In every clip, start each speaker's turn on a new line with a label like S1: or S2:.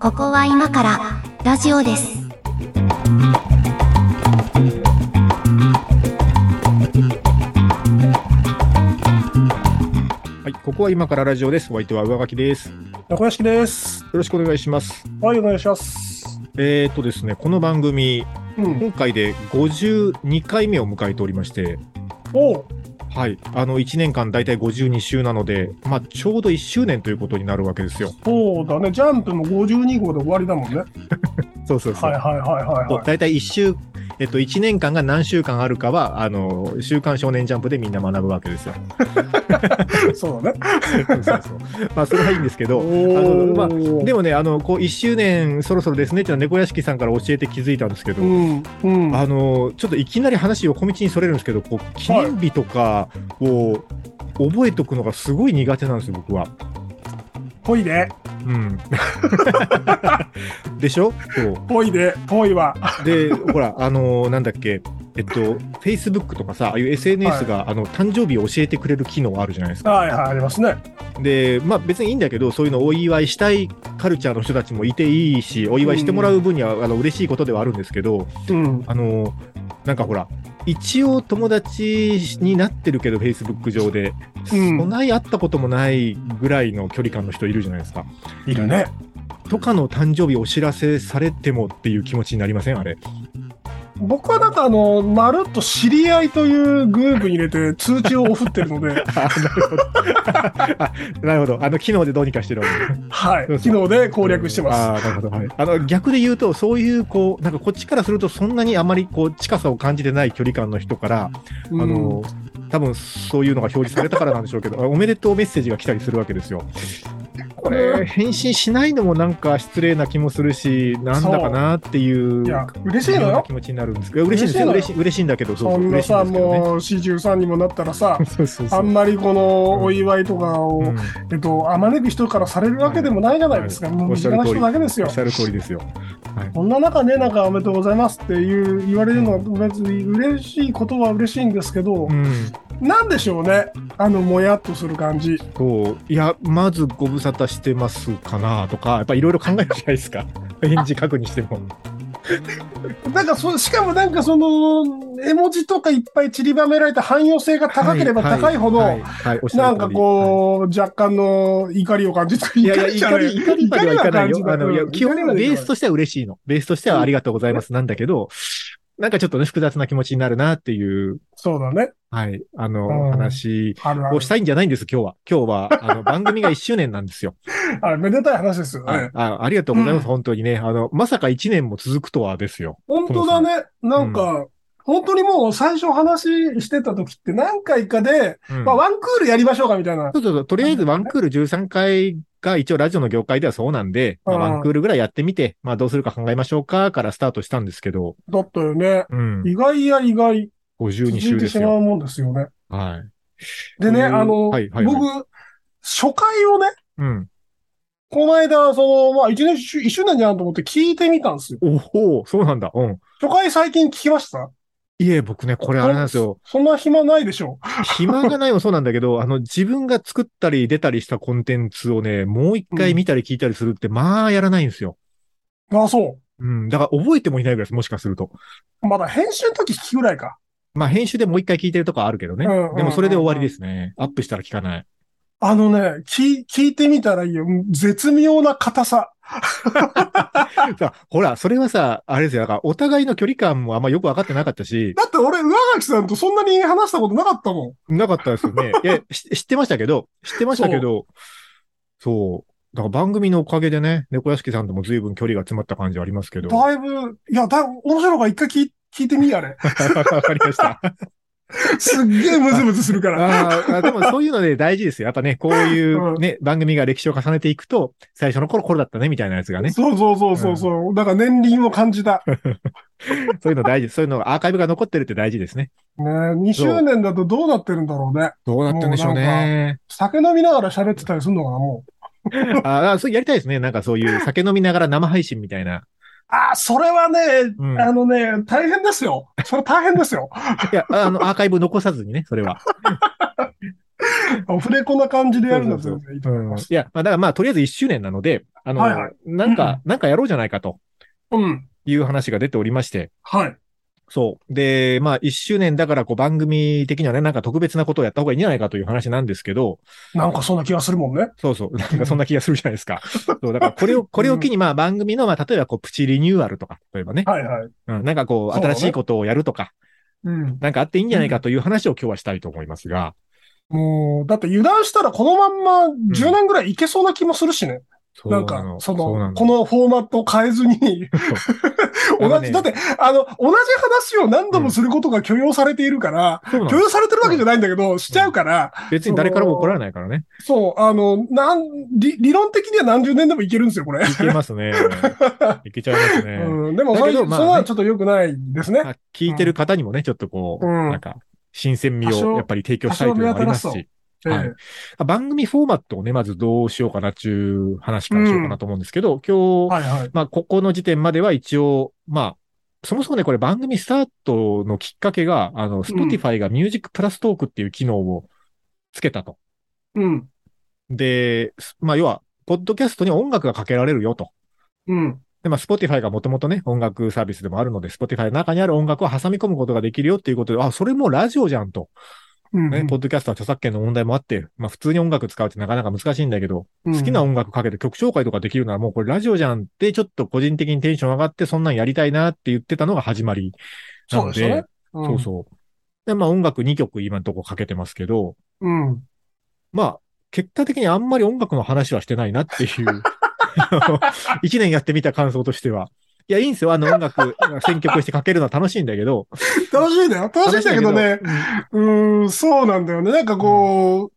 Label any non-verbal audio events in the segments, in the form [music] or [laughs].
S1: ここは今からラジオです。
S2: はい、ここは今からラジオです。お相手は上書きです。よ
S3: 中屋敷です。
S2: ろしくお願いします。
S3: はい、お願いします。
S2: えーとですね、この番組、
S3: うん。
S2: 今回で52回目を迎えておりまして、
S3: おう
S2: はい、あの1年間だいたい52週なので、まあ、ちょうど1周年ということになるわけですよ。
S3: そうだね。ジャンプも52号で終わりだもんね。はい
S2: そうそう
S3: はいはいはいはい。
S2: だいたい1週、えっと、1年間が何週間あるかは、あの、週刊少年ジャンプでみんな学ぶわけですよ。
S3: そうだね。
S2: そう [laughs] そうそうまあ、それはいいんですけど、
S3: お
S2: あ
S3: お。
S2: でもね、あの、こう、1周年そろそろですねっていうのは猫屋敷さんから教えて気づいたんですけど、
S3: うん。うん。
S2: あのちょっといきなり話横道にそれるんですけどこう記念日とかを覚えとくのがすごい苦手なんですよ僕は。
S3: ぽいで。
S2: うん、でしょそ
S3: ぽいで。ぽいは。
S2: うでほらあのなんだっけえっと Facebook とかさああいう SNS が、あの誕生日を教えてくれる機能あるじゃないですか。
S3: はいはい、ありますね。
S2: でまあ別にいいんだけどそういうのをお祝いしたいカルチャーの人たちもいていいしお祝いしてもらう分には、あの嬉しいことではあるんですけど、
S3: うん。
S2: あのなんかほら、一応友達になってるけど、Facebook 上で、
S3: うん
S2: そない会ったこともないぐらいの距離感の人いるじゃないですか。
S3: いるね。
S2: とかの誕生日お知らせされてもっていう気持ちになりませんあれ。
S3: 僕はなんかあの、まるっと知り合いというグループに入れて通知を送ってる
S2: [laughs]
S3: ので、
S2: あなるほど。あなるほど。あの、機能でどうにかしてるわけ [laughs] ですね
S3: はい
S2: そう。
S3: 機能で攻略してます。
S2: あーなるほど。はい。あの、逆で言うと、そういう、こう、なんかこっちからすると、そんなにあまり、こう、近さを感じてない距離感の人から、
S3: うん
S2: あの、多分そういうのが表示されたからなんでしょうけど、あおめでとうメッセージが来たりするわけですよ。これ、返信しないのもなんか失礼な気もするし、なんだかなっていう。
S3: いや、嬉しいのよ。
S2: 気持ちになるんですけど、嬉しいんですよ。嬉し
S3: 嬉し
S2: い嬉しいんだけど、そう
S3: そ
S2: そう、
S3: ん
S2: 嬉
S3: な
S2: しいん
S3: さ、
S2: ですけどね。、
S3: もう43にもなったらさ
S2: そうそうそ
S3: あ
S2: う。
S3: んまりこのお祝いとかを、
S2: うん
S3: えっと、あまねく人からされるわけでもないじゃないですか。
S2: はい
S3: も
S2: おっ
S3: う身
S2: しゃる
S3: 近な
S2: 通り
S3: 人だけです
S2: お
S3: よ
S2: っ。しゃる通りですよ。はい。
S3: こんな中ね、なんかおめでとうございますっていう言われるのは別に嬉しいことは嬉しいんですけど
S2: う、ん。
S3: なんでしょうね。あの、もやっとする感じ。
S2: そういや、まずご無沙汰してますかなとか、やっぱいろいろ考えるじゃないですか。返事書くにしても。
S3: なんかそ、しかもなんかその、絵文字とかいっぱい散りばめられた汎用性が高ければ高いほど、
S2: はいはいはいおっしゃ
S3: な
S2: る
S3: ん
S2: 通り
S3: かこう、若干の怒りを感じた。
S2: いやいや、
S3: じゃ
S2: 怒
S3: な
S2: り、怒りまではいかないよ。あ
S3: 怒りは感じ
S2: の、いや、
S3: うん
S2: 基本
S3: 怒りま
S2: ベ
S3: でいかない
S2: ースとしては嬉しいの。ベースとしてはありがとうございますなんだけど、なんかちょっとね、複雑な気持ちになるなっていう、
S3: そうだね。
S2: はい、あ
S3: う
S2: の、
S3: ん
S2: 話
S3: あるあ
S2: を
S3: る
S2: し。たいんじゃないんです、今日は。今日は、 [laughs] あの、番組が1周年なんですよ。
S3: あれめでたい話ですよ
S2: [laughs] はい
S3: ね。
S2: あありがとうございます、
S3: うん
S2: 本当にね。あの、まさか1年も続くとはですよ。
S3: 本当だね。なんか、本当にもう最初話してた時って何回かで、
S2: うん
S3: まあワンクールやりましょうかみたいな。
S2: そうそうそうとりあえずワンクール13回が一応ラジオの業界ではそうなんで、まあ
S3: うん
S2: ワンクールぐらいやってみて、まあどうするか考えましょうかからスタートしたんですけど、
S3: だったよね。
S2: うん、
S3: 意外や意外、
S2: 52
S3: 続
S2: 週
S3: いて
S2: で
S3: し
S2: す
S3: ま
S2: よ。
S3: うもんですよね。
S2: はい。
S3: で
S2: う
S3: ね、
S2: ん
S3: あの、
S2: はいはいはい
S3: 僕、初回をね、
S2: うん。
S3: この間、その、まあ、一年、一周年じゃんと思って聞いてみたんですよ。
S2: おほう、そうなんだ。うん。
S3: 初回最近聞きました
S2: いえ、僕ね、これあれなんですよ。
S3: そんな暇ないでしょ。
S2: 暇がないもそうなんだけど、あ [laughs] の、自分が作ったり出たりしたコンテンツをね、もう一回見たり聞いたりするって、まあ、やらないんですよ。
S3: ああ、そ
S2: うん。だから、覚えてもいないぐらいです、もしかすると。
S3: う。まだ編集の時聞きぐらいか。
S2: まあ、編集でもう一回聞いてるとこはあるけどね。
S3: うんうん
S2: でも、それで終わりですね。アップしたら聞かない。
S3: あのね、聞、聞いてみたらいいよ。絶妙な硬さ。
S2: さほら、それはさ、あれですよ。だから、お互いの距離感もあんまよく分かってなかったし、
S3: だって俺、上垣さんとそんなに話したことなかったもん。
S2: なかったですよ [laughs] ね。いや、し知ってましたけど、知ってましたけど、そう。だから番組のおかげでね、猫屋敷さんとも随分距離が詰まった感じはありますけど。
S3: だいぶ、いや、だいぶ面白いから一回聞い聞いてみ、
S2: [laughs]
S3: あれ。
S2: わかりました。
S3: すっげえムズムズするから。
S2: あーでもそういうので大事ですよ。やっぱね、こういうね、番組が歴史を重ねていくと、最初の頃これだったね、みたいなやつがね。
S3: そうそうそうそうそう。だから年輪を感じ
S2: [laughs]
S3: た。ね
S2: そういうの大事。そういうのがアーカイブが残ってるって大事ですね。
S3: え2周年だとどうなってるんだろうね。
S2: どうなってんでしょうね。
S3: 酒飲みながら喋ってたりするのかな、もう。
S2: ああ、そうやりたいですね。なんかそういう酒飲みながら生配信みたいな。
S3: ああ、それはね、
S2: うん
S3: あのね、大変ですよ。それ大変ですよ。 [laughs]
S2: いや、あの、アーカイブ残さずにね、それは。
S3: オフレコな感じでやるの全然いいと
S2: う
S3: 思い
S2: ん
S3: ま
S2: い
S3: す。
S2: や、まあ、だからまあ、とりあえず1周年なので、あの、
S3: はいはい
S2: なんか、なんかやろうじゃないかと
S3: うん。
S2: いう話が出ておりまして、
S3: はい。
S2: そう。で、まあ、1周年だから、こう、番組的にはね、なんか特別なことをやった方がいいんじゃないかという話なんですけど、
S3: なんかそんな気がするもんね。
S2: そうそう、なんかそんな気がするじゃないですか。そう、だから、これを、これを機に、まあ、番組の、まあ、例えば、こう、プチリニューアルとか、例えばね、
S3: はいはい。
S2: うん、なんかこう、
S3: そうだね
S2: 新しいことをやるとか、
S3: うん。
S2: なんかあっていいんじゃないかという話を今日はしたいと思いますが、
S3: もう、だって油断したらこのまんま10年ぐらいいけそうな気もするしね。
S2: そう
S3: なん
S2: な
S3: か、
S2: の
S3: そ
S2: そうな
S3: の、
S2: の
S3: このフォーマットを変えずに、
S2: あ
S3: [laughs] 同
S2: の
S3: じ、
S2: ね
S3: だって、あの、同じ話を何度もすることが許容されているから、
S2: そうな
S3: 許
S2: の
S3: 容されてるわけじゃないんだけど、しちゃうから、
S2: 別に誰からも怒られないから
S3: [laughs]
S2: ね。
S3: そう、あの、なん、理、理論的には何十年でもいけるんですよ、これ。
S2: いけますね。いけちゃいますね。
S3: うん、でも、
S2: だ
S3: そ
S2: け
S3: れ、
S2: ど
S3: それ
S2: まあね
S3: はちょっと良くないですね。
S2: ま [laughs] あ聞いてる方にもね、ちょっとこう、
S3: うん
S2: なんか、新鮮味
S3: 多少
S2: をやっぱり提供したいというのもあります
S3: 多少目
S2: し、はい番組フォーマットをね、まずどうしようかなっていう話からしようかなと思うんですけど、今日、
S3: はいはい。
S2: まあ、ここの時点までは一応、まあ、そもそもね、これ番組スタートのきっかけが、あの、Spotify がミュージックプラストークっていう機能をつけたと。
S3: うん。
S2: で、すまあ、要は、ポッドキャストに音楽がかけられるよと。
S3: うん。
S2: で、まあ、Spotify がもともとね、音楽サービスでもあるので、Spotify の中にある音楽を挟み込むことができるよっていうことで、あ、それもラジオじゃんと。
S3: うん。
S2: ね、ポッドキャストは著作権の問題もあって、まあ、普通に音楽使うってなかなか難しいんだけど、好きな音楽かけて曲紹介とかできるならもうこれラジオじゃんって、ちょっと個人的にテンション上がって、そんなんやりたいなって言ってたのが始まりな
S3: そう
S2: の
S3: で
S2: で、
S3: すよね。
S2: そうそう。で、まあ、音楽2曲今のとこかけてますけど、
S3: うん。うん。
S2: まあ、結果的にあんまり音楽の話はしてないなって
S3: [laughs]
S2: いう、一年やってみた感想としては。いや、いいんですよ。あの音楽、選曲してかけるのは楽しいんだけど。
S3: 楽しいんだよ。楽しいんだけどね。うーん、そうなんだよね。なんかこ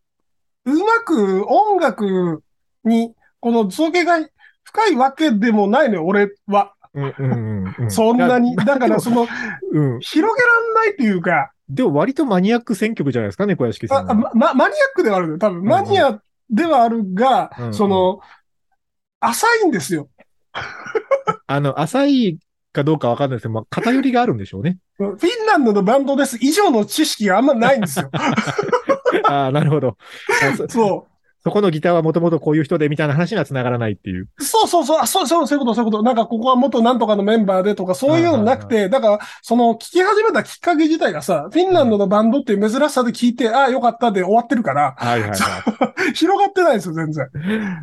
S3: う、うまく音楽に、この造形が深いわけでもないのよ、俺は。
S2: 楽しいんだけど。うんうんうんうん
S3: そんないに。
S2: や
S3: だから、その、
S2: うん。
S3: 広げらんないというか、
S2: でも割とマニアック選曲じゃないですかね、小屋敷
S3: あ
S2: さんは。
S3: ま、まマニアックではあるのよ。多分、
S2: ん
S3: マニアではあるが、
S2: うんうん
S3: その、浅いんですよ。
S2: あの、浅いかどうかわかんないですけど、まあ、偏りがあるんでしょうね。
S3: フィンランドのバンドです以上の知識があんまないんで
S2: [laughs]
S3: すよ。
S2: ああ、なるほど。あそ
S3: そ
S2: そこのギターはもともとこういう人でみたいな話には繋がらないっていう。
S3: う。そうそうそう、あそうそう、そういうこと、そういうこと。なんか、ここは元なんとかのメンバーでとか、そういうのなくて、だから、その、聞き始めたきっかけ自体がさ、フィンランドのバンドっていう珍しさで聞いて、ああ、よかったで終わってるから、
S2: はいはいはい。
S3: 広がってないんですよ、全然。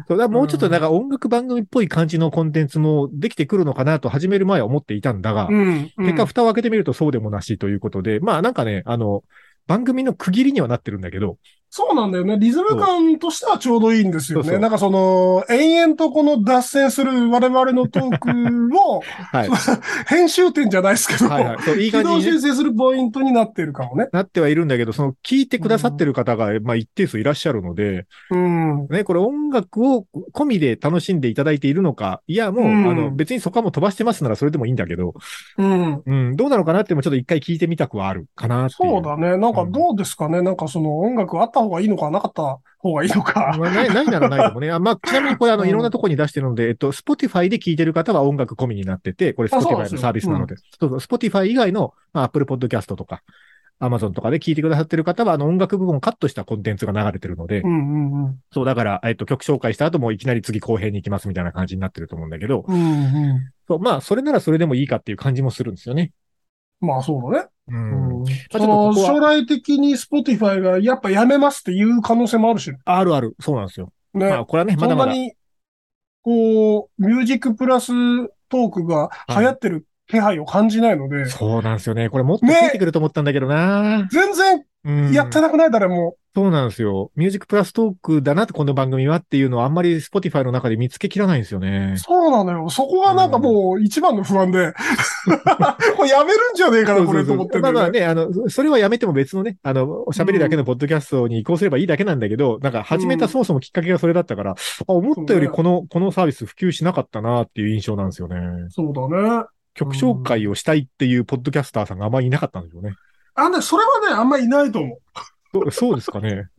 S2: そうだからもうちょっとなんか音楽番組っぽい感じのコンテンツもできてくるのかなと始める前は思っていたんだが、
S3: うん。うん
S2: 結果蓋を開けてみるとそうでもなしということで、まあなんかね、あの、番組の区切りにはなってるんだけど、
S3: そうなんだよね。リズム感としてはちょうどいいんです
S2: そ
S3: よ
S2: うそ
S3: ね。
S2: う
S3: なんかその、延々とこの脱線する我々のトークを、
S2: [laughs]
S3: [laughs]
S2: はい。
S3: 編集点じゃないですけど、
S2: はいはい。そう、いい
S3: [laughs]
S2: 感
S3: 軌
S2: じ
S3: 道
S2: にね、
S3: 修正するポイントになってるかもね。
S2: なってはいるんだけど、その聞いてくださってる方が、まあ一定数いらっしゃるので、
S3: うん。
S2: ね、これ音楽を込みで楽しんでいただいているのか、いやもう、
S3: うん
S2: あの、別にそこはもう飛ばしてますならそれでもいいんだけど、
S3: うん。
S2: うん、どうなのかなってもちょっと一回聞いてみたくはあるかなっていう。
S3: そうだね。なんかどうですかね。なんかその音楽あった方がいいのか、なかった方がいいのか。
S2: まあ、ない、ないならないでもね。あまあ、ちなみにこれ、あの、
S3: うん
S2: いろんなとこに出してるので、えっと、Spotify で聞いてる方は音楽込みになってて、これ
S3: あそうな
S2: Spotify
S3: んです
S2: の
S3: よ
S2: サービスなので。そうそう、Spotify 以外の、まあ、Apple Podcast とか、Amazon とかで聞いてくださってる方は、あの、音楽部分をカットしたコンテンツが流れてるので、
S3: うんうんうん。
S2: そう、だから、えっと、曲紹介した後もいきなり次後編に行きますみたいな感じになってると思うんだけど、
S3: うんうん。
S2: そうまあ、それならそれでもいいかっていう感じもするんですよね。
S3: まあそうだね。
S2: う。
S3: うんん。
S2: と
S3: そ
S2: こ
S3: の
S2: こは
S3: 将来的に Spotify がやっぱやめますっていう可能性もあるしね。
S2: あるある、そうなんですよ。まあ、これはね、ま
S3: そ
S2: だ
S3: ん
S2: ま
S3: な
S2: だ。
S3: に、こう、ミュージックプラストークが流行ってる気配を感じないので、
S2: そうなんですよね。これもっとついてくると思ったんだけどな、
S3: 全然
S2: うん
S3: やってなくない誰も。
S2: そうなんですよ。ミュージックプラストークだなって、この番組はっていうのはあんまり Spotify の中で見つけきらないんですよね。
S3: そうなのよ。そこがなんかもう一番の不安
S2: [laughs]
S3: で、これやめるんじゃねえかな、これと思ってんだ
S2: まあ
S3: よね
S2: まあね、あの、それはやめても別のね、あの、喋りだけのポッドキャストに移行すればいいだけなんだけど、なんか始めたそもそもきっかけがそれだったから、あ思ったよりこの、このサービス普及しなかったなっていう印象なんですよね。
S3: そうだね。
S2: 曲紹介をしたいっていうポッドキャスターさんがあまりいなかったんでしょうね。
S3: あ、で、それはね、あんまりいないと思
S2: そうそうですかね。
S3: う。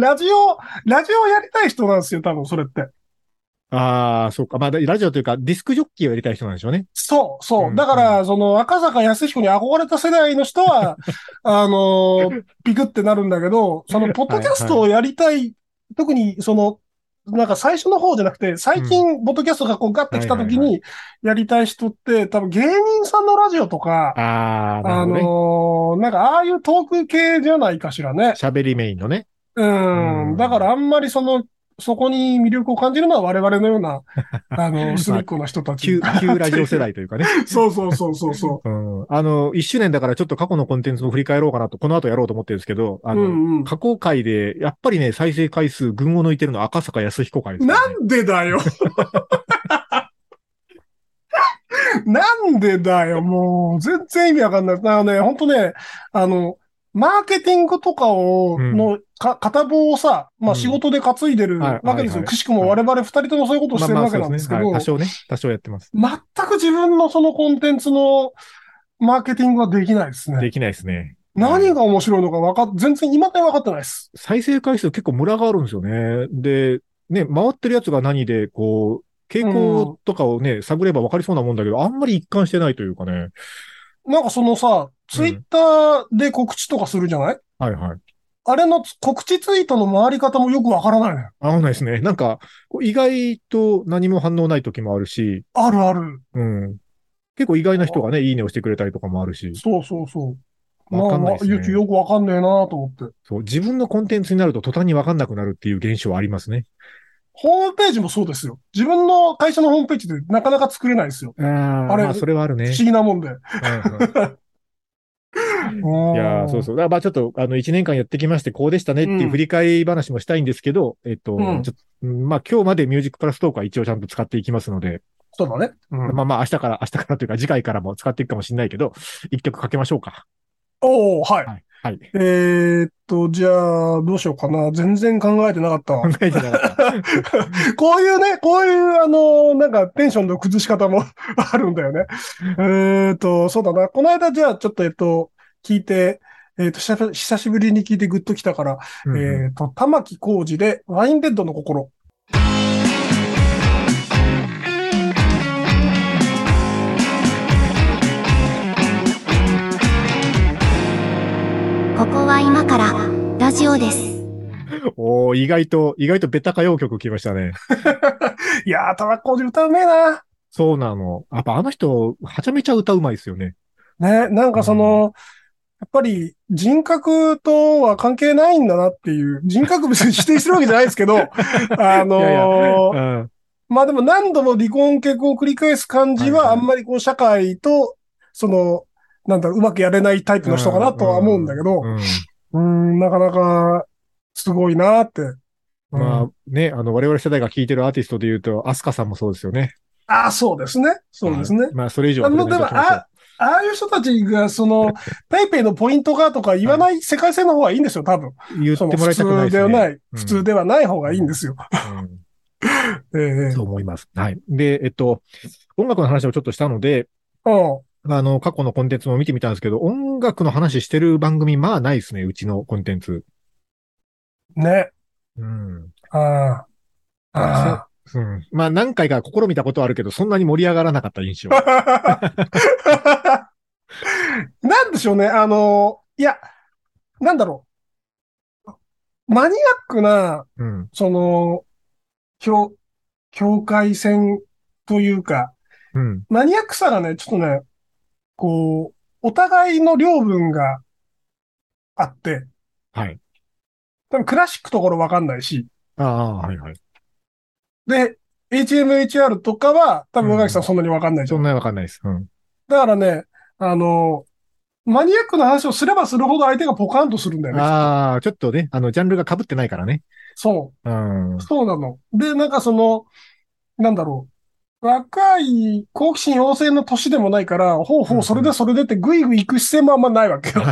S3: ラジオ、ラジオやりたい人なんですよ、多分それって。
S2: ああ、そうか。まあ、ラジオというか、ディスクジョッキーをやりたい人なんでしょうね。
S3: そう、そう。
S2: うん
S3: だから、その、赤坂康彦に憧れた世代の人
S2: [laughs]
S3: は、あのーピクってなるんだけど、その、ポッドキャストをやりたい、特に、その、なんか最初の方じゃなくて、最近、ポッドキャストがこうガッてきた時
S2: はいはい
S3: に、やりたい人って、多分芸人さんのラジオとか、
S2: ああ、な
S3: あ
S2: るほどね。
S3: のーなんか、ああいうトーク系じゃないかしらね。
S2: 喋りメインのね。
S3: う。
S2: うんん
S3: だから、あんまりその、そこに魅力を感じるのは我々のよ
S2: [laughs]
S3: うな、あの、隅っこの人たち
S2: 旧、。旧ラジオ世代というかね。
S3: [laughs] そうそうそうそうそう。
S2: うん。あの、一周年だからちょっと過去のコンテンツも振り返ろうかなと、この後やろうと思ってるんですけど、 [laughs] あの、
S3: うんうん
S2: 過去回で、やっぱりね、再生回数、群を抜いてるのは赤坂康彦回です、ね。
S3: なんでだよ。 [laughs] なんでだよ、もう、全然意味わかんない。だからね、ほんとね、あの、マーケティングとかを、
S2: うん
S3: のか、片棒をさ、まあ
S2: うん
S3: 仕事で担いでる
S2: はい
S3: わけです
S2: はいは
S3: よ。
S2: い
S3: くしくも我々二人ともそういうことをしてるわけなんですけ
S2: まあま
S3: ど
S2: あ、そうですねはい。多少ね、多少やってます。
S3: 全く自分のそのコンテンツのマーケティングはできないですね。
S2: できないですね。
S3: 何が面白いのかわかっ、全然今で分かってないです。
S2: 再生回数結構ムラがあるんですよね。で、ね、回ってるやつが何で、こう、傾向とかをね、探れば分かりそうなもんだけど、あんまり一貫してないというかね。
S3: なんかそのさ、ツイッターで告知とかするじゃない
S2: はいはい。
S3: あれの告知ツイートの回り方もよくわからないのよ。
S2: 合わないですね。なんか、こう意外と何も反応ない時もあるし、
S3: あるある。
S2: うん。結構意外な人がね、いいねをしてくれたりとかもあるし、
S3: そうそうそう。
S2: わかんないですね
S3: よくよくわかんねえなと思って。
S2: そう、自分のコンテンツになると途端にわかんなくなるっていう現象はありますね。
S3: ホームページもそうですよ。自分の会社のホームページでなかなか作れないですよ。
S2: ああ
S3: あれ
S2: まあ、それはあるね
S3: 不。思議なもんで。
S2: うんうんい
S3: い
S2: やーそうそう。だからまあちょっと、あの、一年間やってきまして、こうでしたねっていう振り返り話もしたいんですけど、えっと、
S3: うん
S2: ちょっとうんまあ今日までミュージックプラストークは一応ちゃんと使っていきますので、
S3: そうだね。うん
S2: まあまあ明日から、明日からというか次回からも使っていくかもしれないけど、一曲かけましょうか。
S3: おー、はい。
S2: はい。はい。考
S3: えーっと、じゃあ、どうしようかな。全然考えてなかったわ。
S2: えて [laughs] なかった。
S3: こういうね、こういう、あの、なんかテンションの崩し方も [laughs] あるんだよね。えっと、そうだな。この間、じゃあ、ちょっと、えっと、聞いて、えっと、久々久しぶりに聞いてグッときたから、
S2: うんうん
S3: えっと、玉木浩二で、ワインレッドの心。
S1: ここは今からラジオです。
S2: おー意外と、意外とベタ歌謡曲来ましたね。
S3: いやー、玉木浩二歌うめえな。
S2: そうなの。やっぱあの人、はちゃめちゃ歌うまいですよね。
S3: ね、なんかその、やっぱり人格とは関係ないんだなっていう、人格別に否定してるわけじゃないです
S2: [laughs]
S3: けど、あの
S2: いやいや
S3: ー
S2: うん。
S3: まあでも何度も離婚結婚を繰り返す感じ
S2: はい
S3: は
S2: は
S3: あ
S2: い
S3: んまりこう社会と、その、なんだろう、うまくやれないタイプの人かなとは思うんだけど
S2: う、ん
S3: うん、なかなかすごいなって。うん
S2: まあね、あの、我々世代が聴いてるアーティストで言うと、アスカさんもそうですよね。
S3: ああ、そうですね。そうですね
S2: はい。まあ、それ以上は
S3: あの、
S2: 触れ
S3: で
S2: ない
S3: も、
S2: としましょう
S3: あ、ああいう人たちが、その、ペイペイのポイントがとか言わない世界線の方がいいんですよ、多分。
S2: 言っ
S3: そ
S2: て
S3: の
S2: もら
S3: 普
S2: いたくないで
S3: 通ですはな
S2: ね。
S3: い、普通ではない方がいいんですよ。え
S2: う
S3: え
S2: んそう思います。はい。で、えっと、音楽の話をちょっとしたので、
S3: うん。
S2: あの、過去のコンテンツも見てみたんですけど、音楽の話してる番組、まあないですね、うちのコンテンツ。
S3: ね。
S2: うん。
S3: ああ。あ
S2: うん、まあ何回か試みたことはあるけど、そんなに盛り上がらなかった印
S3: [laughs]
S2: 象。
S3: あ。 [laughs] なんでしょうね、あの、いや、なんだろう。マニアックな、
S2: うん。
S3: その、境、境界線というか、
S2: うん。
S3: マニアックさがね、ちょっとね、こう、お互いの領分があって、
S2: はい。
S3: 多分クラシックところわかんないし、
S2: ああ、はいはい。
S3: で、HMHR とかは多分
S2: うん
S3: 上垣さんそんなにわかんないじゃ
S2: そ
S3: ん。
S2: んなにわかんないです。うん。
S3: だからね、あの、マニアックな話をすればするほど相手がポカンとするんだよね。
S2: ああ、ちょっとね、あの、ジャンルが被ってないからね。
S3: そ
S2: うん [laughs]
S3: う、。そうなの。で、なんかその、なんだろう。若い好奇心旺盛の年でもないから、ほうほう、それでそれでってぐいぐい行く姿勢もあんまないわけよ。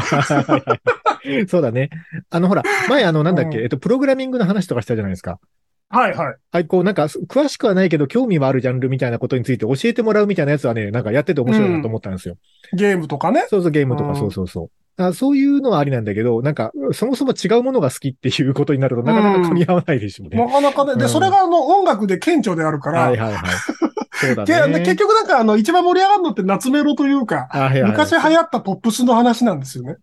S2: そうだね。あの、ほら、前あの、なんだっけ、
S3: うん
S2: えっと、プログラミングの話とかしたじゃないですか。
S3: [laughs] はいはい。
S2: はい、こう、なんか、す詳しくはないけど、興味はあるジャンルみたいなことについて教えてもらうみたいなやつはね、なんかやってて面白いなと思ったんですよ。
S3: ゲームとかね。
S2: そうそう、ゲームと
S3: う
S2: か、
S3: ん
S2: そうそうそう。あそういうのはありなんだけど、なんか、そもそも違うものが好きっていうことになると、なかなか噛み合わないでしょうね。
S3: なかなかね。
S2: う
S3: で、
S2: ん
S3: それがあの音楽で顕著であるか
S2: はい
S3: ら、
S2: はいはい。そうだ
S3: け
S2: ね。
S3: 結局なんかあの、一番盛り上がるのって夏メロというか、
S2: あはいはい
S3: 昔流行ったポップスの話なんですよね。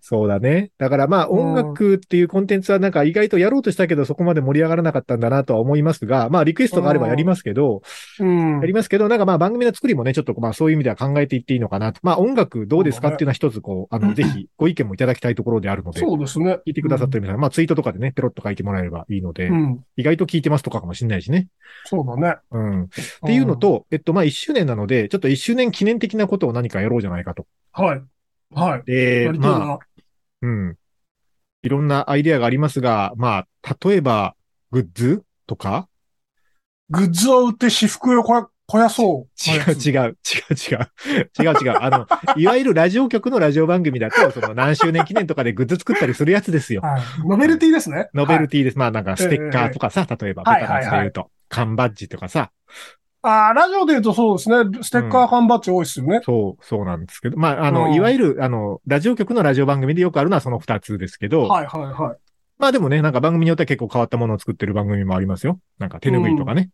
S2: そうだね。だからまあ
S3: うん
S2: 音楽っていうコンテンツはなんか意外とやろうとしたけどそこまで盛り上がらなかったんだなとは思いますが、まあリクエストがあればやりますけど、
S3: うん
S2: や。りますけど、なんかまあ番組の作りもね、ちょっとまあそういう意味では考えていっていいのかなと。まあ音楽どうですかっていうのは一つこう、あ
S3: う
S2: の、
S3: ん
S2: ぜひご意見もいただきたいところであるので、聞
S3: そうですね。
S2: いてくださってる皆さん、まあツイートとかでね、ペロッと書いてもらえればいいので、
S3: うん。
S2: 意外と聞いてますとかかもしれないしね。
S3: そうだね。
S2: うん。っていうのと、えっとまあ1周年なので、ちょっと1周年記念的なことを何かやろうじゃないかと。
S3: うん、はい。はい。
S2: で、
S3: やりたい
S2: まあ、
S3: な。
S2: うん。いろんなアイデアがありますが、まあ、例えば、グッズとか
S3: グッズを売って私服をこや肥やそう。
S2: 違う違う、違う違う。違う違う。あの、いわゆるラジオ局のラジオ番組だ
S3: [laughs]
S2: と、その何周年記念とかでグッズ作ったりするやつですよ。
S3: はい。ノベルティですね。
S2: ノベル
S3: テ
S2: ティです。まあなんかステッカーとかさ、例えば、ボ
S3: はい
S2: タンで言うと、缶バッジとかさ、
S3: ィ。ああ、ラジオで言うとそうですね。ステッカー缶バッジ多いですよね。
S2: そう、そうなんですけど、まあ、あ
S3: うん
S2: の、いわゆる、あの、ラジオ局のラジオ番組でよくあるのはその二つですけど、
S3: はいはいはい。
S2: まあでもね、なんか番組によっては結構変わったものを作ってる番組もありますよ。なんか手拭いとかね。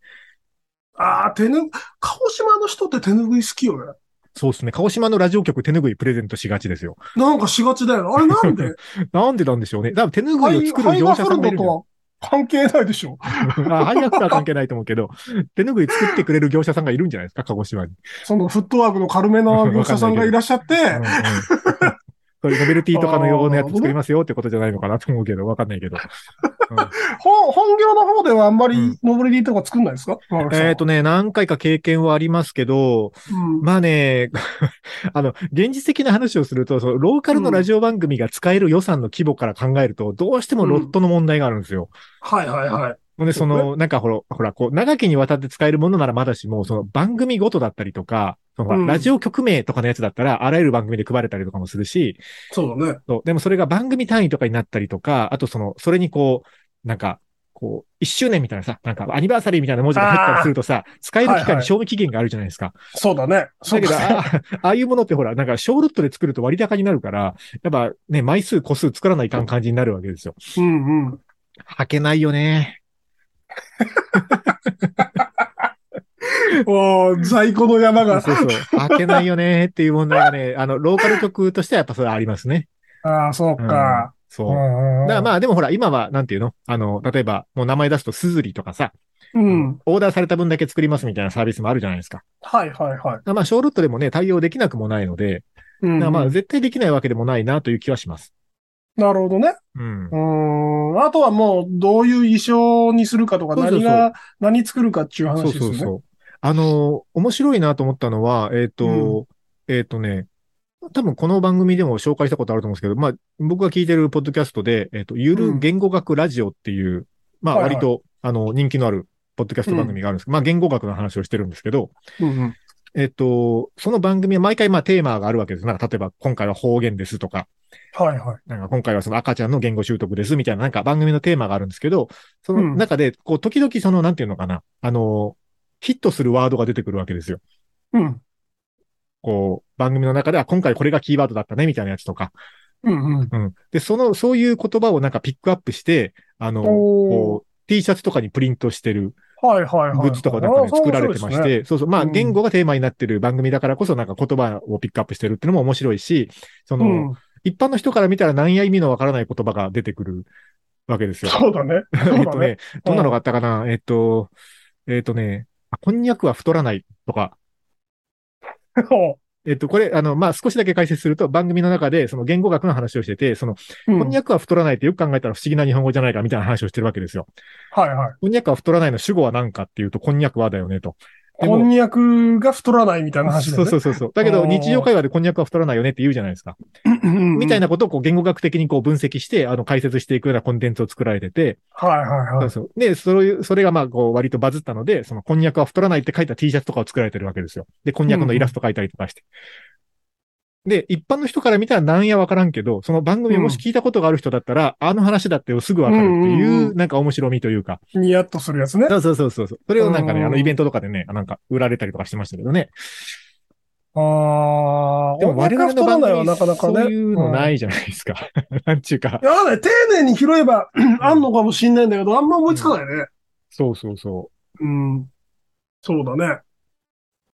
S3: ああ、手ぬ、鹿児島の人って手ぬぐい好きよね。
S2: そうですね。鹿児島のラジオ局手ぬぐいプレゼントしがちですよ。 [laughs]
S3: なんかしがちだよね。あれなんで
S2: なんでなんでしょうね。多分手ぬぐ
S3: ハ
S2: い
S3: イ
S2: を作
S3: ハ
S2: る
S3: イ
S2: 業
S3: ガ
S2: 者
S3: フ
S2: さんがいる
S3: ルド
S2: ん
S3: とは関係ないでしょ。
S2: [laughs] あ、ハイアクターは関係ないと思うけど、手ぬぐい作ってくれる業者さんがいるんじゃないですか、鹿児島
S3: [laughs]
S2: に。
S3: そのフットワークの軽めな業者さんがいらっしゃって、
S2: うんうん [laughs] そういうノベルティとかの用のやつ作りますよってことじゃないのかなと思うけど、わかんないけど。
S3: 本本業の方ではあんまりノブレディとか作んないですか
S2: えっと、ね、何回か経験はありますけど、
S3: うん
S2: まあね、 [laughs] あの、現実的な話をすると、そのローカルのラジオ番組が使える予算の規模から考えると、どうしてもロットの問題があるんですよ。
S3: はいはいはい。
S2: もうね、
S3: そ
S2: そう
S3: ね
S2: の、なんかほら、ほら、こう、長きにわたって使えるものならまだしも、その番組ごとだったりとか、そのほら
S3: うん
S2: ラジオ局名とかのやつだったら、あらゆる番組で配れたりとかもするし、
S3: そうだね。
S2: そうでもそれが番組単位とかになったりとか、あとその、それにこう、なんか、こう、一周年みたいなさ、なんかアニバーサリーみたいな文字が入ったりするとさ、使える期
S3: はい
S2: 間
S3: はい
S2: に賞味期限があるじゃないですか。
S3: そうだね。そう
S2: だけど、
S3: だね。
S2: あ [laughs] ああいうものってほら、なんか小ロットで作ると割高になるから、やっぱね、枚数個数作らないかん感じになるわけですよ。
S3: [laughs] うんうん。
S2: 履けないよね。
S3: おー在庫の山が。
S2: そうそうそう。開けないよねっていう問題がね、あ [laughs] の、ローカル局としてはやっぱそれありますね。
S3: ああ、そうか。
S2: そうう。
S3: んう
S2: だ
S3: ん
S2: からまあでもほら、今は、なんていうのあの、例えば、もう名前出すとスズリとかさ、
S3: うん。
S2: オーダーされた分だけ作りますみたいなサービスもあるじゃないですか。だか
S3: はいはいはい。
S2: らまあ、小ロットでもね、対応できなくもないので、
S3: うん
S2: だからまあ、絶対できないわけでもないなという気はします。
S3: なるほどね。
S2: うん
S3: う。ーん。あとはもう、どういう衣装にするかとか、
S2: そうそう
S3: 何
S2: そう
S3: が、何作るかっていう話
S2: そう
S3: です
S2: そ
S3: よ
S2: う
S3: ね。
S2: そう。あの、面白いなと思ったのは、えっ、と、えっ、とね、多分この番組でも紹介したことあると思うんですけど、まあ、僕が聞いてるポッドキャストで、えっ、と、ゆる言語学ラジオっていう、まあ、
S3: はいはい
S2: 割と、あの、人気のあるポッドキャスト番組があるんですけど、まあ、言語学の話をしてるんですけど、
S3: うんうん
S2: えっ、と、その番組は毎回、まあ、テーマがあるわけです。なんか、例えば、今回は方言ですとか、
S3: はいはい。
S2: なんか今回はその赤ちゃんの言語習得ですみたいななんか番組のテーマがあるんですけど、その中で、こう、時々その、なんていうのかな、あの、ヒットするワードが出てくるわけですよ。
S3: うん。
S2: こう、番組の中では今回これがキーワードだったねみたいなやつとか。
S3: うんうん。
S2: うん。で、その、そういう言葉をなんかピックアップして、あの、
S3: お
S2: こう、T シャツとかにプリントしてる
S3: はいはいはい。
S2: グッズとかなんかね、
S3: あそう
S2: 作られてまし
S3: そうですね
S2: て、そうそう、ま
S3: う
S2: あ
S3: ん
S2: 言語がテーマになってる番組だからこそなんか言葉をピックアップしてるっていうのも面白いし、その、
S3: うん。
S2: 一般の人から見たら何や意味のわからない言葉が出てくるわけですよ。
S3: そうだね。
S2: [laughs] え
S3: そ
S2: っ
S3: う
S2: と
S3: だ
S2: ね
S3: ね。、
S2: どんなのがあったかな、えっと、えっとね、あこんにゃくは太らないとか、えっと、これ、あの、まあ、少しだけ解説すると、番組の中で、その言語学の話をしてて、その、
S3: うん
S2: こんにゃくは太らないってよく考えたら不思議な日本語じゃないかみたいな話をしてるわけですよ。
S3: はいはい。
S2: こんにゃくは太らないの主語は何かっていうと、こんにゃくはだよねと。でも
S3: こんにゃくが太らないみたいな話だ
S2: そ
S3: よ
S2: う
S3: ね。
S2: そうそうそう。だけど、
S3: おー
S2: 日常会話でこんにゃくは太らないよねって言うじゃないですか。み
S3: み
S2: たい。なことをこう言語学的にこう分析して、あの、解説していくようなコンテンツを作られてて、
S3: はいはい
S2: そ
S3: は
S2: う
S3: い。
S2: そう。で、それ、それがまあ、こう、割とバズったので、その、こんにゃくは太らないって書いた T シャツとかを作られてるわけですよ。で、こんにゃくのイラスト書いたりとかして。で、一般の人から見たらなんやわからんけど、その番組もし聞いたことがある人だったら、あの話だってすぐわかるっていうう、
S3: んうんう
S2: なんか面白みというか。
S3: ニヤッとするやつね。
S2: そうそうそうそう。それをなんかね、
S3: うん
S2: あの、イベントとかでね、なんか売られたりとかしてましたけどね。
S3: ああ、
S2: でも我々の番
S3: 音楽家太らないは
S2: 組
S3: なかなかね。
S2: そういうの
S3: い。
S2: ないじゃないですか。 [laughs] なんちゅうか。
S3: やだね、丁寧に拾えばあんのかもしんないんだけど、あんま思いつかないね。
S2: そうそうそう。
S3: うん。そうだね。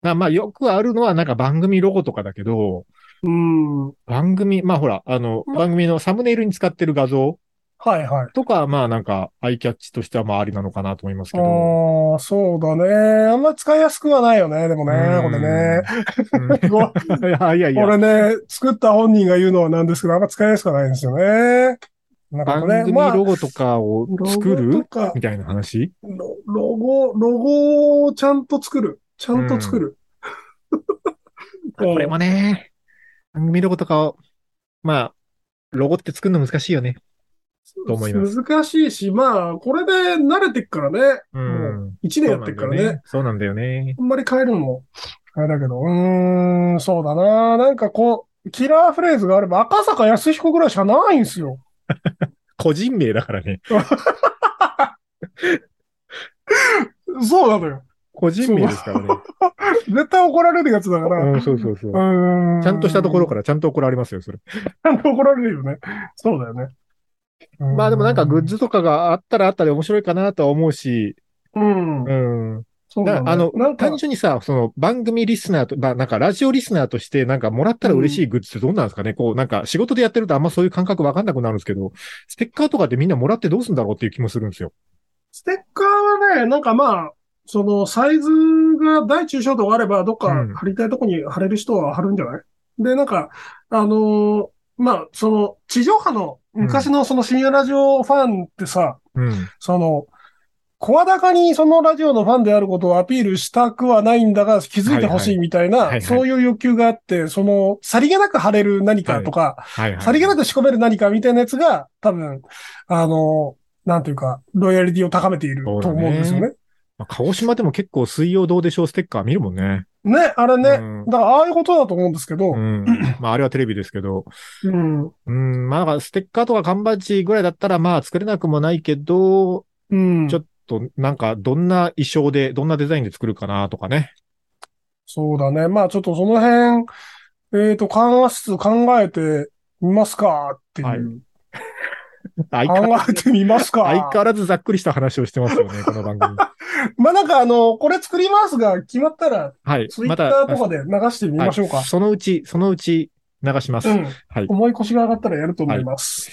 S2: まあまあよくあるのはなんか番組ロゴとかだけど、
S3: うん。は
S2: 番組、まあほら、あの、
S3: ま
S2: 番組のサムネイルに使ってる画像
S3: いはい。
S2: とかはまあなんかアイキャッチとしてはまあありなのかなと思いますけど。
S3: ああ、そうだね。あんま使いやすくはないよね、でもね、これね。
S2: ね
S3: [laughs] ごこ
S2: [laughs] いやいやいや。
S3: れね、作った本人が言うのはなんですけど、あんま使いやすくはないんですよね。なんか
S2: 番
S3: これ
S2: 組
S3: ね、まあ、
S2: ロゴとかを作
S3: ロゴ
S2: る
S3: とか
S2: みたいな話
S3: ロロゴ、ロゴをちゃんと作る。ちゃんと作る。。
S2: これもね、番組ロゴとかを、まあ、ロゴって作るの難しいよね。と思います
S3: 難しいし、まあ、これで慣れてっからね。
S2: うん。
S3: 一年やってっからね。
S2: そうなんだよね。
S3: あんまり変えるのも、あれだけど。うーん、そうだな。なんかこう、キラーフレーズがあれば、赤坂康彦ぐらいしかないんですよ。
S2: 個人名だからね。
S3: そうなのよ。
S2: 個人名ですからね。
S3: 絶対怒られるやつだから。
S2: う、
S3: うん
S2: そうそうそう。
S3: ーん。。
S2: ちゃんとしたところかららちゃんと怒られますよ、それ。
S3: ちゃんと怒られるよね。そうだよね。
S2: まあでもなんかグッ
S3: ズ。
S2: ズとかがあったらあったで面白いかなとは思うし、
S3: うん。
S2: うん。
S3: そうだ
S2: だか
S3: ね
S2: らあの
S3: なん、か
S2: 単純にさ、その番組リスナーと、まあなんかラジオリスナーとしてなんかもらったら嬉しいグッズってどんなんですかね、こうなんか仕事でやってるとあんまそういう感覚わかんなくなるんですけど、ステッカーとかってみんなもらってどうするんだろうっていう気もするんですよ。
S3: ステッカーはね、なんかまあ、そのサイズが大中小とかあれば、どっか
S2: うん
S3: 貼りたいとこに貼れる人は貼るんじゃない、で、なんか、あのーまあ、その、地上波の昔のその深夜ラジオファンってさ、
S2: うん。
S3: その、声高にそのラジオのファンであることをアピールしたくはないんだが、気づいてほしいみた
S2: は
S3: い
S2: いはいはい
S3: な、
S2: はい
S3: そういう欲求があって、その、さりげなく貼れる何かとか、
S2: はいはい。
S3: さりげなく仕込める何かみたいなやつが、多分、あの、なんていうか、ロイヤリティを高めていると思うんですよね。
S2: まあ鹿児島でも結構水曜どうでしょうステッカー見るもんね。
S3: ね、あれね。
S2: うん
S3: だから、ああいうことだと思うんですけど
S2: う、ん。まああれはテレビですけど。
S3: うん。
S2: うん。まあなんかステッカーとか缶バッジぐらいだったらまあ作れなくもないけど、
S3: うん。
S2: ちょっとなんかどんな衣装で、どんなデザインで作るかなとか
S3: [laughs]
S2: ね。
S3: そうだね。まあ、ちょっとその辺、えっ、と、緩和しつつ考えてみますかっていう。
S2: はい相変わら
S3: [laughs] 考えてみますか。
S2: 相変わらずざっくりした話をしてますよね、この番
S3: [laughs]
S2: 組。
S3: まあ、なんかあの、これ作りますが、決まったら、
S2: はい。
S3: ツイッターとかで流してみましょうか。
S2: はいそのうち、そのうち流します。
S3: うん。
S2: はい。
S3: 思い腰が上がったらやると思います。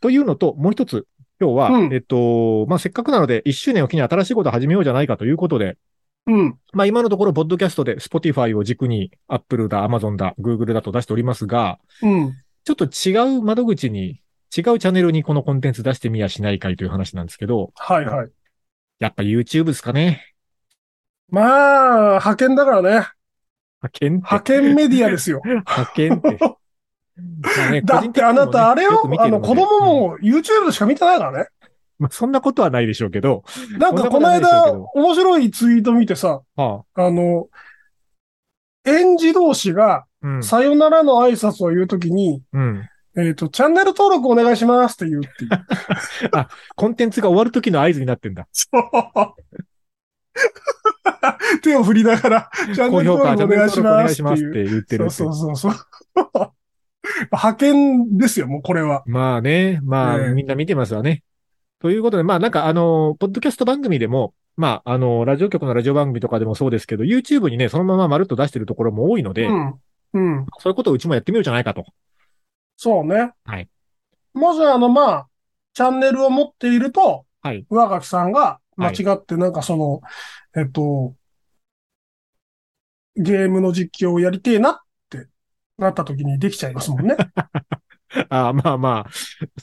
S2: というのと、もう一つ、今日は、
S3: うん
S2: えっと、まあ、せっかくなので、1周年を機に新しいことを始めようじゃないかということで、
S3: うん。
S2: まあ、今のところ、ポッドキャストで Spotify を軸に、Apple だ、Amazon だ、Google だと出しておりますが、
S3: うん。
S2: ちょっと違う窓口に、違うチャンネルにこのコンテンツ出してみやしないかいという話なんですけど、
S3: はいはい。
S2: やっぱ YouTube ですかね。
S3: まあ、派遣だからね。
S2: 派遣って
S3: 派遣メディアですよ。
S2: 派遣って。ま [laughs] あね
S3: だってあなた、あれを、あの、
S2: 個
S3: 子供。
S2: 人的にもねよく見てるで
S3: も YouTube しか見てないからね。
S2: うんまあ、そんなことはないでしょうけど。
S3: なんか、
S2: そ
S3: この
S2: んな
S3: 間、
S2: こ
S3: 面白いツイート見てさ、
S2: は
S3: あの、園児同士が、
S2: あ、うん。
S3: さよならの挨拶を言うときに、
S2: うん。
S3: えっと、チャンネル登録お願いしますって言う [laughs] っていう。
S2: コンテンツが終わる時の合図になってんだ。
S3: そう。手を振りながら、チャン
S2: 高
S3: ネル
S2: 評価、
S3: 登
S2: チャンネル登録
S3: 録お願いし
S2: お
S3: ま
S2: 願い
S3: す
S2: し
S3: っ
S2: ま
S3: て
S2: す
S3: い
S2: っ
S3: う。
S2: て言ってるって。
S3: そうそうそうそう。 [laughs] 派遣ですよ、もうこれは。
S2: まあね、まあ、
S3: ええ
S2: みんな見てますわね。ということで、まあなんかあの、ポッドキャスト番組でも、まああの、ラジオ局のラジオ番組とかでもそうですけど、YouTube にね、そのまままるっと出してるところも多いので、
S3: うん。うん。
S2: そういうことをうちもやってみようじゃないかと。
S3: そうね。
S2: はい。
S3: もしあの、まあ、チャンネルを持っていると、
S2: はい
S3: 上垣さんが間
S2: はい
S3: 違ってなんかその、えっと、ゲームの実況をやりてえなってなった時にできちゃいます
S2: [laughs]
S3: もんね。
S2: ああ、まあまあ、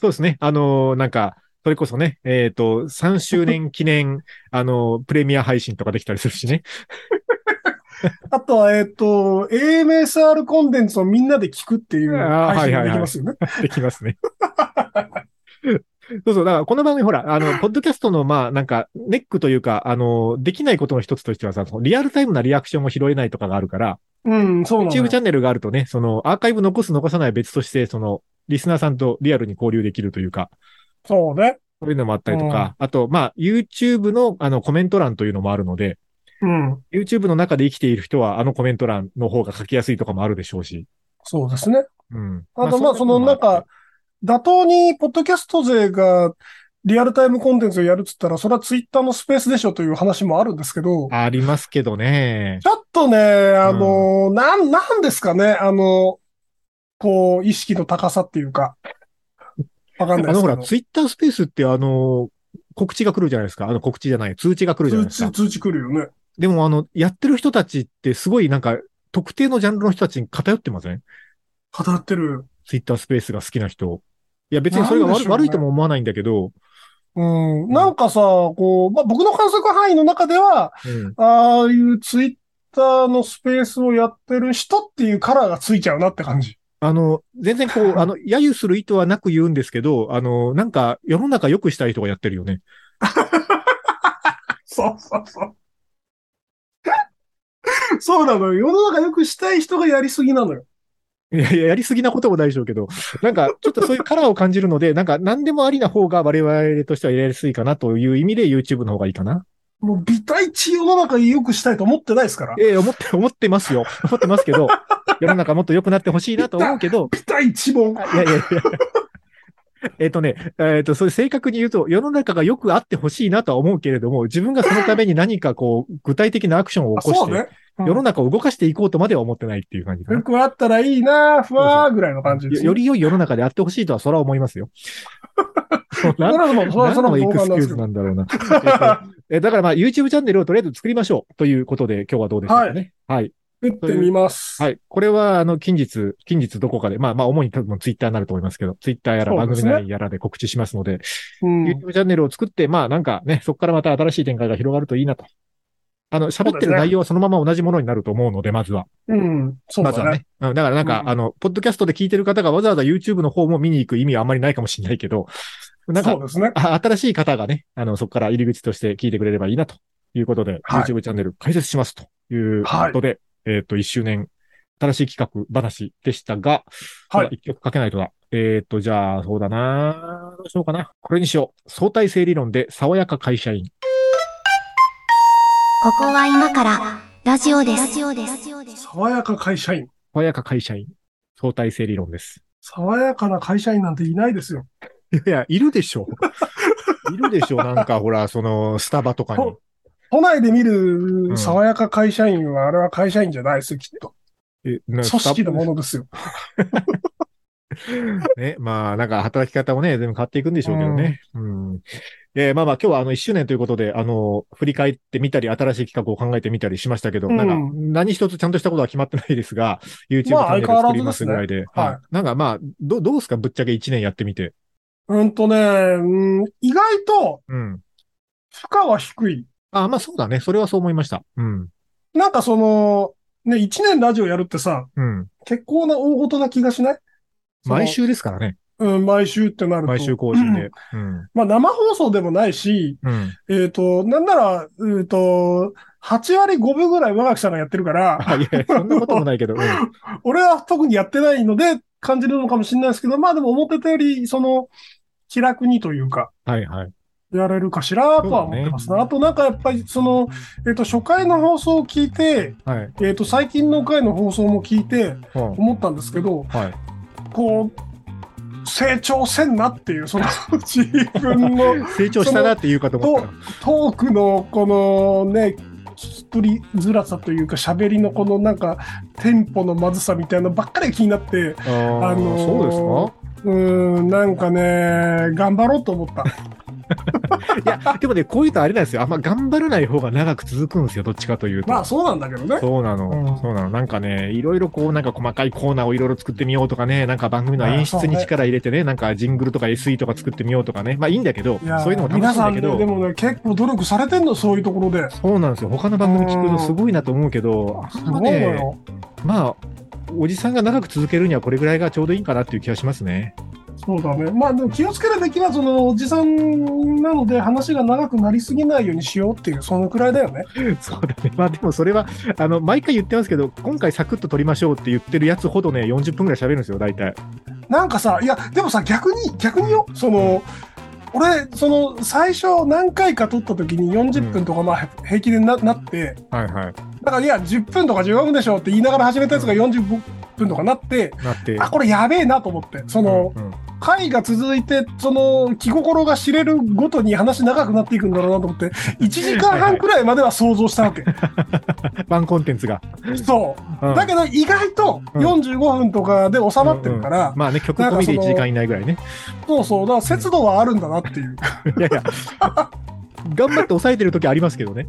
S2: そうですね。あのーなんか、それこそね、えっ、と、3周年記
S3: [laughs]
S2: 念、あのープレミア配信とかできたりするしね。 [laughs]
S3: あとは、えっと、AMSR コンテンツをみんなで聞くっていう
S2: あー
S3: 配信
S2: は
S3: が
S2: いはいはい
S3: できますよね。
S2: できますね。 [laughs] そうそう。だから、この番組、ほら、あの、ポッドキャストの、まあ、なんか、ネックというか、あの、できないことの一つとしてはさ、そのリアルタイムなリアクションも拾えないとかがあるから、
S3: うん、そうなのよ
S2: YouTube チャンネルがあるとね、その、アーカイブ残す残さないは別として、その、リスナーさんとリアルに交流できるというか、
S3: そうね。
S2: そういうのもあったりとか、あと、まあ、YouTube の、あの、コメント欄というのもあるので、
S3: うん。
S2: YouTube の中で生きている人は、あのコメント欄の方が書きやすいとかもあるでしょうし。
S3: そうですね。
S2: うん。
S3: あと、まあ、その、
S2: ういう
S3: なん
S2: ともあっ
S3: か
S2: て、、
S3: 妥当に、ポッドキャスト勢が、リアルタイムコンテンツをやるっつったら、それはツイッターのスペースでしょという話もあるんですけど、
S2: ありますけどね。
S3: ちょっとね、あの、なん、なんですかね、あの、こう、意識の高さっていうか、わかんな
S2: あ
S3: いで
S2: の、
S3: す
S2: ほ
S3: け
S2: ら、
S3: ど。
S2: ツイッタースペースって、あの、告知が来るじゃないですか。あの、告知じゃない。通知が来るじゃないです
S3: 通
S2: か
S3: 知、。通知来るよね。
S2: でも、あの、やってる人たちって、すごいなんか、特定のジャンルの人たちに偏ってません
S3: 語ってる。
S2: ツイッタースペースが好きな人。いや、別にそれが
S3: なん
S2: 悪,、
S3: でしょうね
S2: 悪いとも思わないんだけど、
S3: うん。なんかさ、こう、まあ、僕の観測範囲の中では、
S2: うん、
S3: ああいうツイッターのスペースをやってる人っていうカラーがついちゃうなって感じ。
S2: あの、全然こう、あの、揶揄する意図はなく言うんですけど、あの、なんか、世の中良くしたい人がやってるよね。
S3: [laughs] そうそうそう。そうなのよ。世の中良くしたい人がやりすぎなのよ。
S2: いやいや、やりすぎなこともないでしょうけど、なんか、ちょっとそういうカラーを感じるので、なんか、何でもありな方が我々としてはやりやすいかなという意味で YouTube の方がいいかな。
S3: もう美体値世の中良くしたいと思ってないですから。
S2: ええ、思って、思ってますよ。思ってますけど、世の中もっと良くなってほしいなと思うけど、
S3: 美体値も。
S2: いやいやいや。えっとね、えっと、それ正確に言うと、世の中がよくあってほしいなとは思うけれども、自分がそのために何かこう、具体的なアクションを
S3: あ
S2: 起こ
S3: そ
S2: し
S3: う
S2: て、
S3: ね。うん
S2: 世の中を動かしていこうとまでは思ってないっていう感じか
S3: よ
S2: な。
S3: くあったらいいな、ふわーぐらいの感じです、
S2: よより良い世の中であってほしいとは、それは思い
S3: [laughs]
S2: ますよ。
S3: な
S2: な
S3: るほど、それはそ
S2: 何
S3: れは
S2: のエ
S3: 傍
S2: ク
S3: 観
S2: スキ
S3: な
S2: ュ
S3: んで
S2: ー
S3: す
S2: ズ
S3: けど。
S2: なんだろう
S3: [laughs]
S2: な。えっとえだからまあ、YouTube チャンネルをとりあえず作りましょうということで、今日はどうでしょうかね。はい。
S3: 打ってみます。
S2: はい。これは、あの、近日、近日どこかで、まあまあ、主に多分ツイッターになると思いますけど、ツイッターやら
S3: そう
S2: 番
S3: です
S2: 組
S3: ね
S2: 内やらで告知しますので、
S3: うん、
S2: YouTube チャンネルを作って、まあなんかね、そこからまた新しい展開が広がるといいなと。あの、喋って
S3: そうです
S2: る
S3: ね
S2: 内容はそのまま同じものになると思うので、まずは。
S3: うん、そう
S2: まず
S3: だ
S2: は
S3: ね。
S2: ね。うんだからなんか、
S3: うん
S2: あの、ポッドキャストで聞いてる方がわざわざ YouTube の方も見に行く意味はあんまりないかもしれないけど、なんか
S3: そう、ですね。
S2: あ新しい方がね、あの、そこから入り口として聞いてくれればいいなということで、
S3: はい
S2: YouTube チャンネル開設しますということで、えっ、と、1周年、新しい企画話でしたが、
S3: はい
S2: 1曲かけないとだ。えっ、と、じゃあ、そうだなどうしようかな。これにしよう。相対性理論で爽やか会社員。
S1: ここは今からラジオです。ラジオです。
S3: 爽やか会社員。
S2: 爽やか会社員。相対性理論です。
S3: 爽やかな会社員なんていないですよ。
S2: いやいや、いるでしょ
S3: [laughs]
S2: う。いるでしょう。なんか、ほら、その、スタバとかに
S3: ほ。都内で見
S2: う
S3: る
S2: ん
S3: 爽やか会社員は、あれは会社員じゃないですよ、きっと。
S2: えな
S3: 組
S2: スタ
S3: 織のものですよ。
S2: ね、まあ、なんか働き方をね、全部変わっていくんでしょうけどね。うん。えーまあまあ、今日はあの、1周年ということで、あの、振り返ってみたり、新しい企画を考えてみたりしましたけど、
S3: うん
S2: なんか、何一つちゃんとしたことは決まってないですが、YouTube チ
S3: まあ
S2: ャンネル
S3: 相変わら
S2: 作
S3: ず
S2: りますぐらいで。
S3: ねはい
S2: はい。なんかまあ、どどうですかぶっちゃけ1年やってみて。
S3: うんとね、うん、意外と
S2: うん。
S3: 負荷は低い。
S2: あまあそうだね。それはそう思いました。うん。
S3: なんかその、ね、1年ラジオやるってさ、
S2: うん。
S3: 結構な大事な気がしないその
S2: 毎週ですからね。
S3: うん、毎週ってなると。
S2: 毎週更新
S3: うん
S2: で。うん。
S3: まあ生放送でもないし、
S2: うん。
S3: えっ、と、なんなら、えっ、と、8割5分ぐらい上垣さんがやってるから、
S2: [laughs] あ、いや、そんなこともないけど。うん。
S3: 俺は特にやってないので感じるのかもしれないですけど、まあでも思ってたより、その、気楽にというか、
S2: はいはい。
S3: やれるかしらとは思ってますね。あとなんかやっぱり、その、えっ、と、初回の放送を聞いて、
S2: はい。
S3: えっ、と、最近の回の放送も聞いて
S2: うん
S3: 思ったんですけど、
S2: はい。
S3: こう、成長せんなっていう、その自分の
S2: 成長したなって言うかと思ったら。
S3: トークのこのね、聞き取りづらさというか、喋りのこのなんか、テンポのまずさみたいなのばっかり気になって、
S2: あー
S3: あのー
S2: そうですか
S3: うーん、なんかね、頑張ろうと思った。
S2: いや、でもね、こういうとあれなんですよ。あんま頑張らない方が長く続くんですよ。どっちかというと。
S3: まあそうなんだけど
S2: [laughs]
S3: ね。
S2: そうな
S3: うん
S2: の、そうなの。なんかね、いろいろこう、なんか細かいコーナーをいろいろ作ってみようとかね、なんか番組の演
S3: あそ
S2: 出
S3: うね
S2: に力入れてね、なんかジングルとか SE とか作ってみようとかね。まあいいんだけど、
S3: いや
S2: そういうのも楽しいんだけ
S3: 皆さんね、で
S2: ど。
S3: もね、結構努力されてんの、そういうところで。
S2: そうなんですよ。他の番組聞くのすごいなと思うけど、あ
S3: す
S2: ん
S3: ご
S2: ま
S3: いの
S2: ね、
S3: よ。
S2: まあ、おじさんが長く続けるにはこれぐらいがちょうどいいかなっていう気がしますね。
S3: そうだね。まあでも気をつけるべきは、そのおじさんなので話が長くなりすぎないようにしようっていう、 [laughs] そのくらいだよね。
S2: そうだ [laughs] ね。まあでもそれは、あの、毎回言ってますけど、今回サクッと撮りましょうって言ってるやつほどね、40分ぐらい喋るんですよ、大体。
S3: なんかさ、いや、でもさ、逆に、逆によ、その、俺、その、最初何回か撮った時に40分とかまあ平気でな,、なって、
S2: はいはい。
S3: だからいや、10分とか15分でしょって言いながら始めたやつが40分とかなって、
S2: なって。
S3: あ、これやべえなと思って、その、
S2: うんうん
S3: 会が続いて、その、気心が知れるごとに話長くなっていくんだろうなと思って、1時間半くらいまでは想像したわけ。
S2: ワンコンテンツが。
S3: そうう。
S2: ん
S3: だけど意外と
S2: うん
S3: 45分とかで収まってるか
S2: う
S3: ら
S2: ん、まあね、曲込みで
S3: なんかその
S2: 1時間以内ぐらいね。
S3: そうそう、だから節度はあるんだなっていう。
S2: いやいや、頑張って抑えてる時ありますけどね。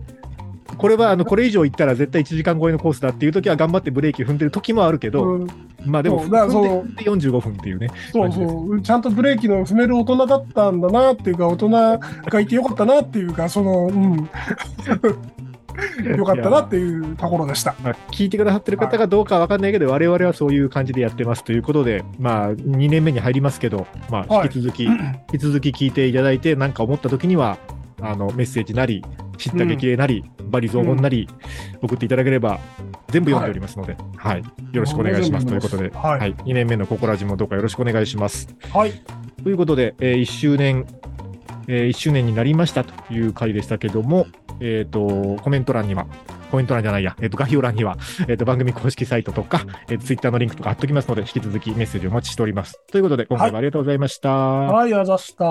S2: これはあのこれ以上行ったら絶対1時間超えのコースだっていう時は頑張ってブレーキ踏んでる時もあるけど、
S3: うん
S2: まあでも
S3: そ
S2: 踏
S3: うだからその
S2: んで踏んで45分っていうね。
S3: そうそう、ちゃんとブレーキの踏める大人だったんだなっていうか、大人がいてよかったなっていうか、その、うん。よかったなっていうところでした。
S2: まあ、聞いてくださってる方がどうかわかんないけど、我々はそういう感じでやってますということで、まあ2年目に入りますけど、まあ
S3: はい
S2: 引き続き、引き続き聞いていただいて、なんか思った時には、あのメッセージなり、知った激励なり、バリ雑言なり、送っていただければ、全部読んでおりますので、はい、よろしくお願いしますということで、
S3: はい
S2: はい、2年目のココラジもどうかよろしくお願いします。
S3: はい。
S2: ということで、え1周年、え1周年になりましたという回でしたけども、えっ、と、コメント欄には、コメント欄じゃないや、えっ、と、概要欄には、えっ、と、番組公式サイトとか、えツイッター Twitter のリンクとか貼っときますので、引き続きメッセージお待ちしております。ということで、今回もありがとうございました。
S3: はい、あざした。